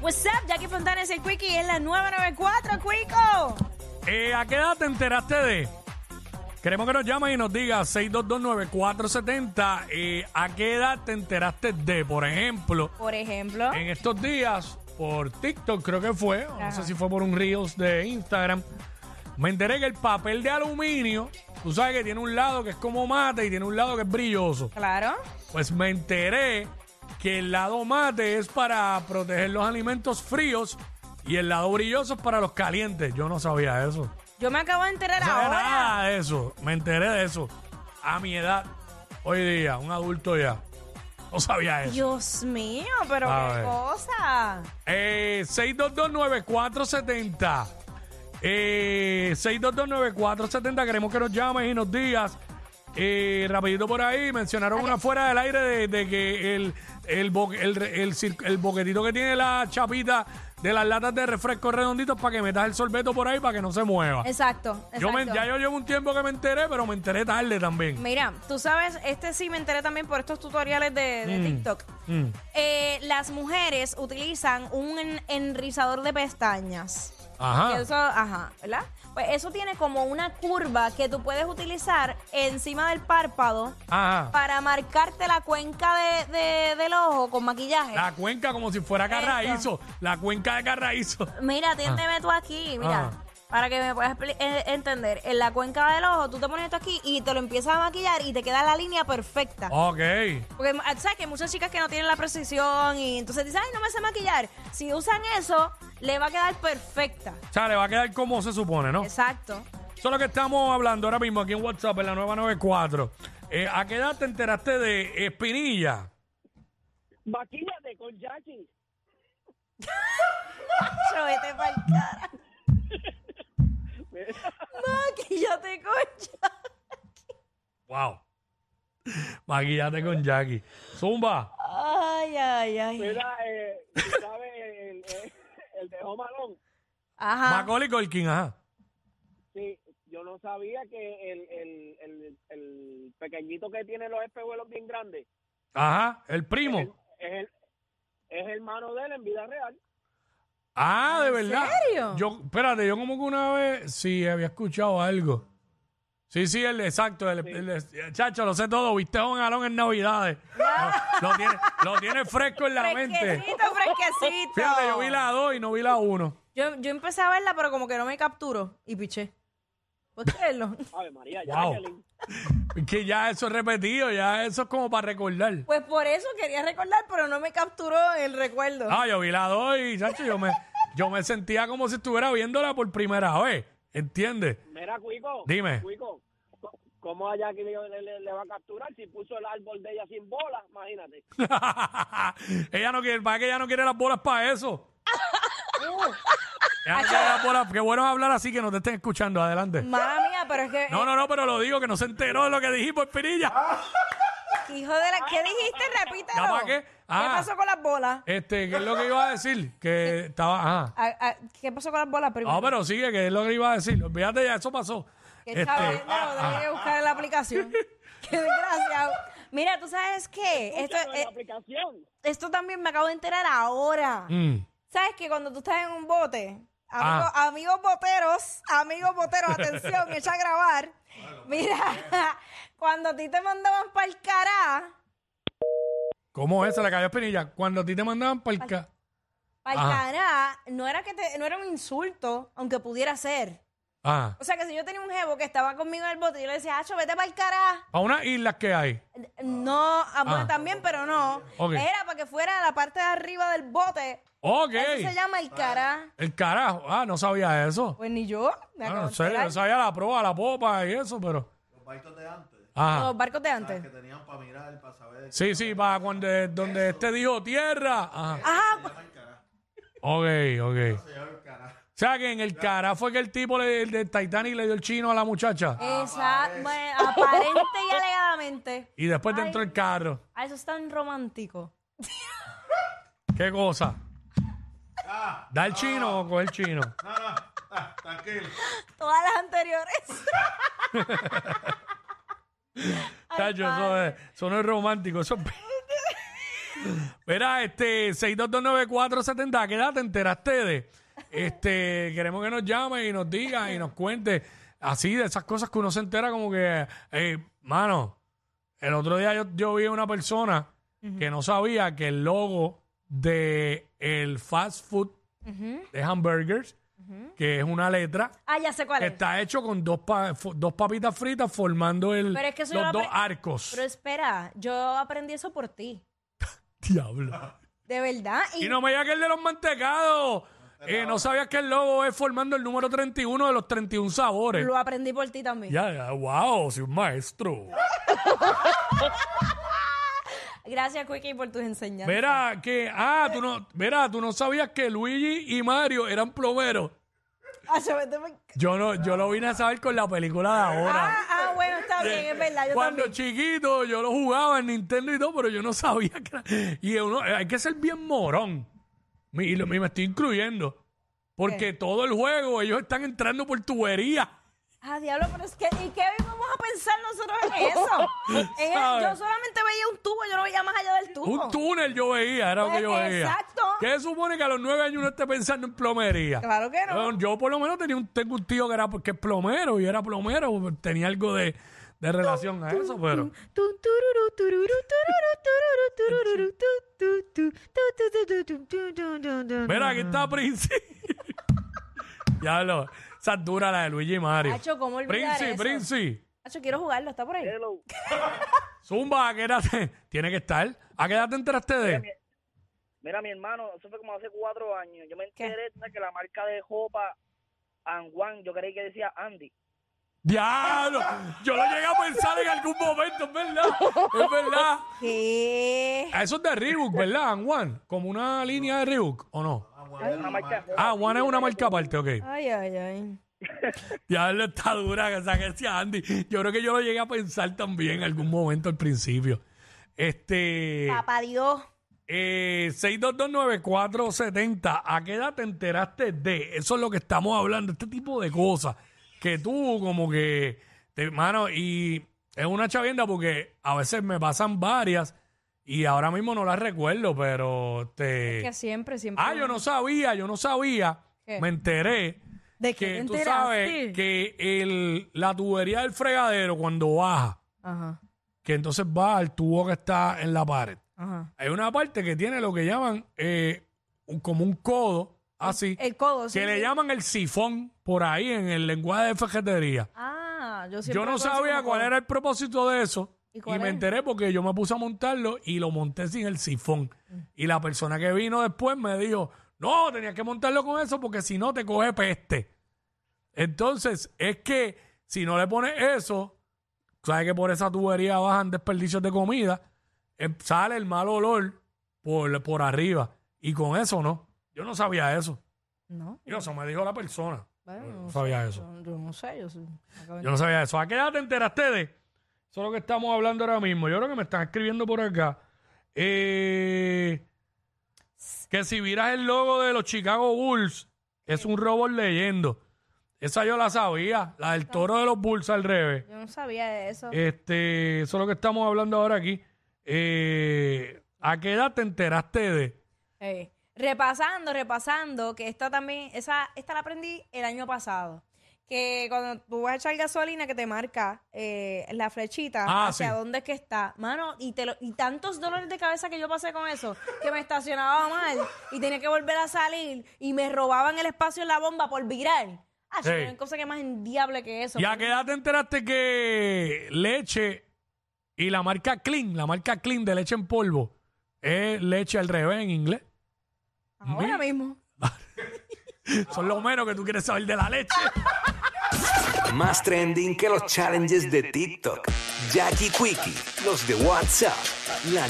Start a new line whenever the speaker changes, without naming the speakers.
What's up, Jackie Fontana es el Quickie, es la 994, Quico.
Eh, ¿A qué edad te enteraste de? Queremos que nos llames y nos digas 6229470. Eh, ¿A qué edad te enteraste de, por ejemplo,
Por ejemplo,
en estos días por TikTok creo que fue, o no sé si fue por un Reels de Instagram, me enteré que el papel de aluminio, tú sabes que tiene un lado que es como mate y tiene un lado que es brilloso.
claro.
Pues me enteré que el lado mate es para proteger los alimentos fríos y el lado brilloso es para los calientes. Yo no sabía eso.
Yo me acabo de enterar
No sabía
ahora.
nada de eso. Me enteré de eso. A mi edad, hoy día, un adulto ya. No sabía eso.
Dios mío, pero
A
qué
ver.
cosa.
Eh, 6229470. Eh, 6229470. Queremos que nos llames y nos digas. Eh, rapidito por ahí, mencionaron una fuera del aire de, de que el, el, bo- el, re- el cir- el boquetito que tiene la chapita de las latas de refresco redonditos para que metas el sorbeto por ahí para que no se mueva.
Exacto, exacto.
Yo me- ya yo llevo un tiempo que me enteré, pero me enteré tarde también.
Mira, tú sabes, este sí me enteré también por estos tutoriales de, de TikTok.
Mm.
Eh, las mujeres utilizan un en- enrizador de pestañas.
Ajá.
Que Eso, ajá, ¿verdad? Pues eso tiene como una curva que tú puedes utilizar encima del párpado
Ajá.
para marcarte la cuenca de- de- del ojo con maquillaje.
La cuenca como si fuera carraízo. La cuenca de carraízo.
Mira, atiéndeme tú aquí, mira.
Ah.
Para que me puedas expli- eh, entender. En la cuenca del ojo, tú te pones esto aquí y te lo empiezas a maquillar y te queda la línea perfecta.
Ok.
Porque ah, sabes que hay muchas chicas que no tienen la precisión y entonces dicen, ay, no me sé maquillar. Si usan eso, le va a quedar perfecta.
O sea, le va a quedar como se supone, ¿no? Eso
Exacto.
es lo que estamos hablando ahora mismo aquí en WhatsApp, en la nueva 94. Eh, ¿A qué edad te enteraste de Espinilla?
Maquíllate con Jackie.
Yo vete pa'l cara. Maquillate, concha.
Wow. Maquillate con Jackie. Zumba.
Ay, ay, ay.
Mira, eh, tú ¿sabes? El, el, el de Jomalón.
Ajá.
Macaulay Culkin, ajá.
Sí, yo no sabía que el, el, el, el pequeñito que tiene los espejuelos bien grandes
Ajá. El primo.
es, el, es hermano de él en vida real.
Ah, de verdad.
serio?
Yo, espérate, yo como que una vez sí había escuchado algo. Sí, sí, el exacto. El, el- chacho, lo sé todo. Viste a Don Alón en Navidades. Lo, lo tiene, lo tiene fresco en la mente.
Fresquecito, fresquecito.
Fíjate, yo vi la 2 y no vi la 1.
Yo, yo empecé a verla, pero como que no me capturó y piché. ¿Puedes creerlo?
Ave María,
Wow.
Jacqueline.
Que ya eso es repetido, ya eso es como para recordar.
Pues por eso quería recordar, pero no me capturó el recuerdo.
Ah, yo vi la 2 y, chacho, yo me, yo me sentía como si estuviera viéndola por primera vez. ¿Entiendes?
Mira, Cuico.
Dime.
Cuico, co- ¿cómo a Jackie le, le- le va a capturar si puso el árbol de ella sin bola? Imagínate.
ella no quiere, para que ella no quiere las bolas para eso.
Uh,
Ella no quiere las bolas. Qué bueno hablar así que no te estén escuchando. Adelante.
Mala mía, pero es que.
No, no, no, pero lo digo, que no se enteró de lo que dijimos, Espinilla.
eh, Hijo de la. ¿Qué dijiste? Repítelo.
¿Ya para qué? Ah.
pasó con las bolas?
Este, ¿qué es lo que iba a decir? Que estaba, ajá.
Ah, ah, ¿Qué pasó con las bolas primero?
No, Ah, pero sigue, que es lo que iba a decir. Olvídate ya, eso pasó.
Que
Este,
chaval, no, debería buscar en la aplicación. Qué desgraciado. Mira, ¿tú sabes qué? Esto,
Escúchalo en
eh,
la aplicación.
esto también me acabo de enterar ahora.
mm.
¿Sabes que cuando tú estás en un bote, amigo-
Ah.
amigos boteros, amigos boteros, atención, echa a grabar. Mira, cuando a ti te mandaban para el cará,
¿Cómo es? Se le cayó Espinilla. Cuando a ti te mandaban para el ca...
para
Ajá.
cará, no era que te, no era un insulto, aunque pudiera ser.
Ajá.
O sea que si yo tenía un jevo que estaba conmigo en el bote, yo le decía, Acho, vete para el cará.
Para unas islas que hay.
No, ah, bueno,
Ah.
también, pero no.
Ok.
Era para que fuera a la parte de arriba del bote.
Ok.
Eso se llama el cará.
El carajo. Ah, no sabía eso.
Pues ni yo. me
Ah,
acabo
no
de
sé,
enterar.
yo sabía la proa, la popa y eso, pero.
Los baitos de antes,
Ajá.
Los barcos de antes.
que tenían para mirar, para saber.
Sí, sí, para cuando donde este dijo tierra. Ajá.
Ajá,
Ok, ok. O sea que en el cara fue que el tipo le- el del Titanic le dio el chino a la muchacha.
Exacto, aparente y alegadamente.
Y después dentro del carro.
Ah, eso es tan romántico.
¿Qué cosa?
Ah,
¿Da el chino o coger el chino?
no, no, ah, tranquilo.
Todas las anteriores. Ay,
Chacho, eso,
padre.
es- eso no es romántico, eso es. Verá, este 6229470, ¿qué edad te enteraste de? Este, queremos que nos llame y nos diga y nos cuente así de esas cosas que uno se entera como que, eh, mano, el otro día yo, yo vi a una persona que no sabía que el logo de el fast food de hamburgers, que es una letra
Ah, ya sé cuál
que
es.
está hecho con dos, pa- fo- dos papitas fritas formando el,
Pero es que eso yo
los
lo
dos
apre-
arcos.
Pero espera, yo aprendí eso por ti.
Diablo.
De verdad. Y,
Y no me digas que el de los mantecados. Eh, no sabías que el logo es formando el número 31 de los 31 sabores.
lo aprendí por ti también.
eh. Ya, ya, wow, soy un maestro.
Gracias, Quickie, por tus enseñanzas.
Verá que, ah, tú no, verá, tú no sabías que Luigi y Mario eran plomeros.
Ah, yo me tengo-
Yo no, yo lo vine a saber con la película de ahora.
Ah, ah, bueno, está bien, es verdad. Yo
Cuando
también.
chiquito yo lo jugaba en Nintendo y todo, pero yo no sabía que era- Y uno, hay que ser bien morón. Mi- Y lo- me estoy incluyendo. Porque todo el juego ellos están entrando por tubería.
Ah, diablo, pero es que, ¿y qué vamos a pensar nosotros en eso? En el-
¿Sabes?
yo solamente veía un tubo, yo no veía más allá del tubo.
Un túnel yo veía, era lo que yo
Pues,
veía.
exacto.
¿Qué supone que a los nueve años uno esté pensando en plomería?
Claro que no.
Yo, yo por lo menos tenía un, tengo un tío que era porque es plomero y era plomero, tenía algo de, de relación a eso, pero.
Tun, tururú, tururú, tururú, tururú, tururú, tu, tu, tu, tu, tu, tu, tu, tu, tu, tu, tu, tu.
Mira, aquí está Prince. Diablo, esa es dura la de Luigi y Mario.
Hacho, ¿cómo olvidar
Prince,
eso?
Prince,
Nacho, quiero jugarlo, está por ahí.
Hello.
Zumba, ¿a qué edad te- tiene que estar? ¿A qué edad te enteraste de? él?
Mira, mi hermano, eso fue como hace cuatro años. Yo me
¿Qué?
enteré de que la marca de Jopa and One, yo creí que decía Andy.
Diablo, yo lo llegué a pensar en algún momento, es verdad, es verdad.
¿Qué?
Ah, Eso es de Reebok, ¿verdad? And One, como una línea de Reebok, ¿o no?
Ah, Juan, era
Una
la
marca.
marca.
Ah, One es una marca aparte, ok.
Ay, ay, ay.
Diablo, está dura, que saque ese Andy. Yo creo que yo lo llegué a pensar también en algún momento al principio. Este...
Papá Dios.
Eh, 6229470, ¿a qué edad te enteraste de? Eso es lo que estamos hablando, este tipo de cosas. Que tú, como que, te- hermano, y es una chavienda porque a veces me pasan varias y ahora mismo no las recuerdo, pero te.
Que siempre, siempre.
Ah, yo no sabía, yo no sabía.
¿Qué?
Me enteré
¿De qué
que
te
tú sabes
enteraste?
que el, la tubería del fregadero cuando baja,
Ajá,
que entonces va al tubo que está en la pared.
ajá.
Hay una parte que tiene lo que llaman eh, un- como un codo, así,
El codo, sí.
que le
sí.
llaman el sifón por ahí en el lenguaje de fejetería.
Ah, yo siempre
Yo no
lo conocí
sabía
como
cuál
codo.
era el propósito de eso
¿Y
y,
cuál
me
es?
enteré porque yo me puse a montarlo y lo monté sin el sifón.
Mm.
Y la persona que vino después me dijo, no, tenías que montarlo con eso porque si no te coge peste. Entonces, es que si no le pones eso, sabes que por esa tubería bajan desperdicios de comida, eh, sale el mal olor por, por arriba. Y con eso no. Yo no sabía eso.
No,
Yo, eso me dijo la persona.
bueno,
no
no
sabía
sé,
eso.
Yo, yo no sé, yo sí. acabo de-
Yo no sabía eso. ¿A qué edad te enteraste de? Eso es lo que estamos hablando ahora mismo. Yo creo que me están escribiendo por acá. Eh, que si miras el logo de los Chicago Bulls, es un robot leyendo. Esa yo la sabía, la del toro de los Bulls al revés.
Yo no sabía de eso.
Este, eso es lo que estamos hablando ahora aquí. Eh, ¿A qué edad te enteraste de?
Ey. Repasando, repasando, que esta también, esa, esta la aprendí el año pasado. Que cuando tú vas a echar gasolina que te marca eh, la flechita
Ah,
hacia
sí.
dónde es que está. Mano, y te lo- y tantos dolores de cabeza que yo pasé con eso, que me estacionaba mal y tenía que volver a salir y me robaban el espacio en la bomba por virar. Ah, chico,
Ey.
no hay cosa que más endiable que eso.
¿Y a qué edad te enteraste que leche y la marca Clean, la marca Clean de leche en polvo, es leche al revés en inglés?
Ahora mismo.
Son lo menos que tú quieres saber de la leche.
Más trending que los challenges de TikTok. Jackie Quickie, los de WhatsApp, la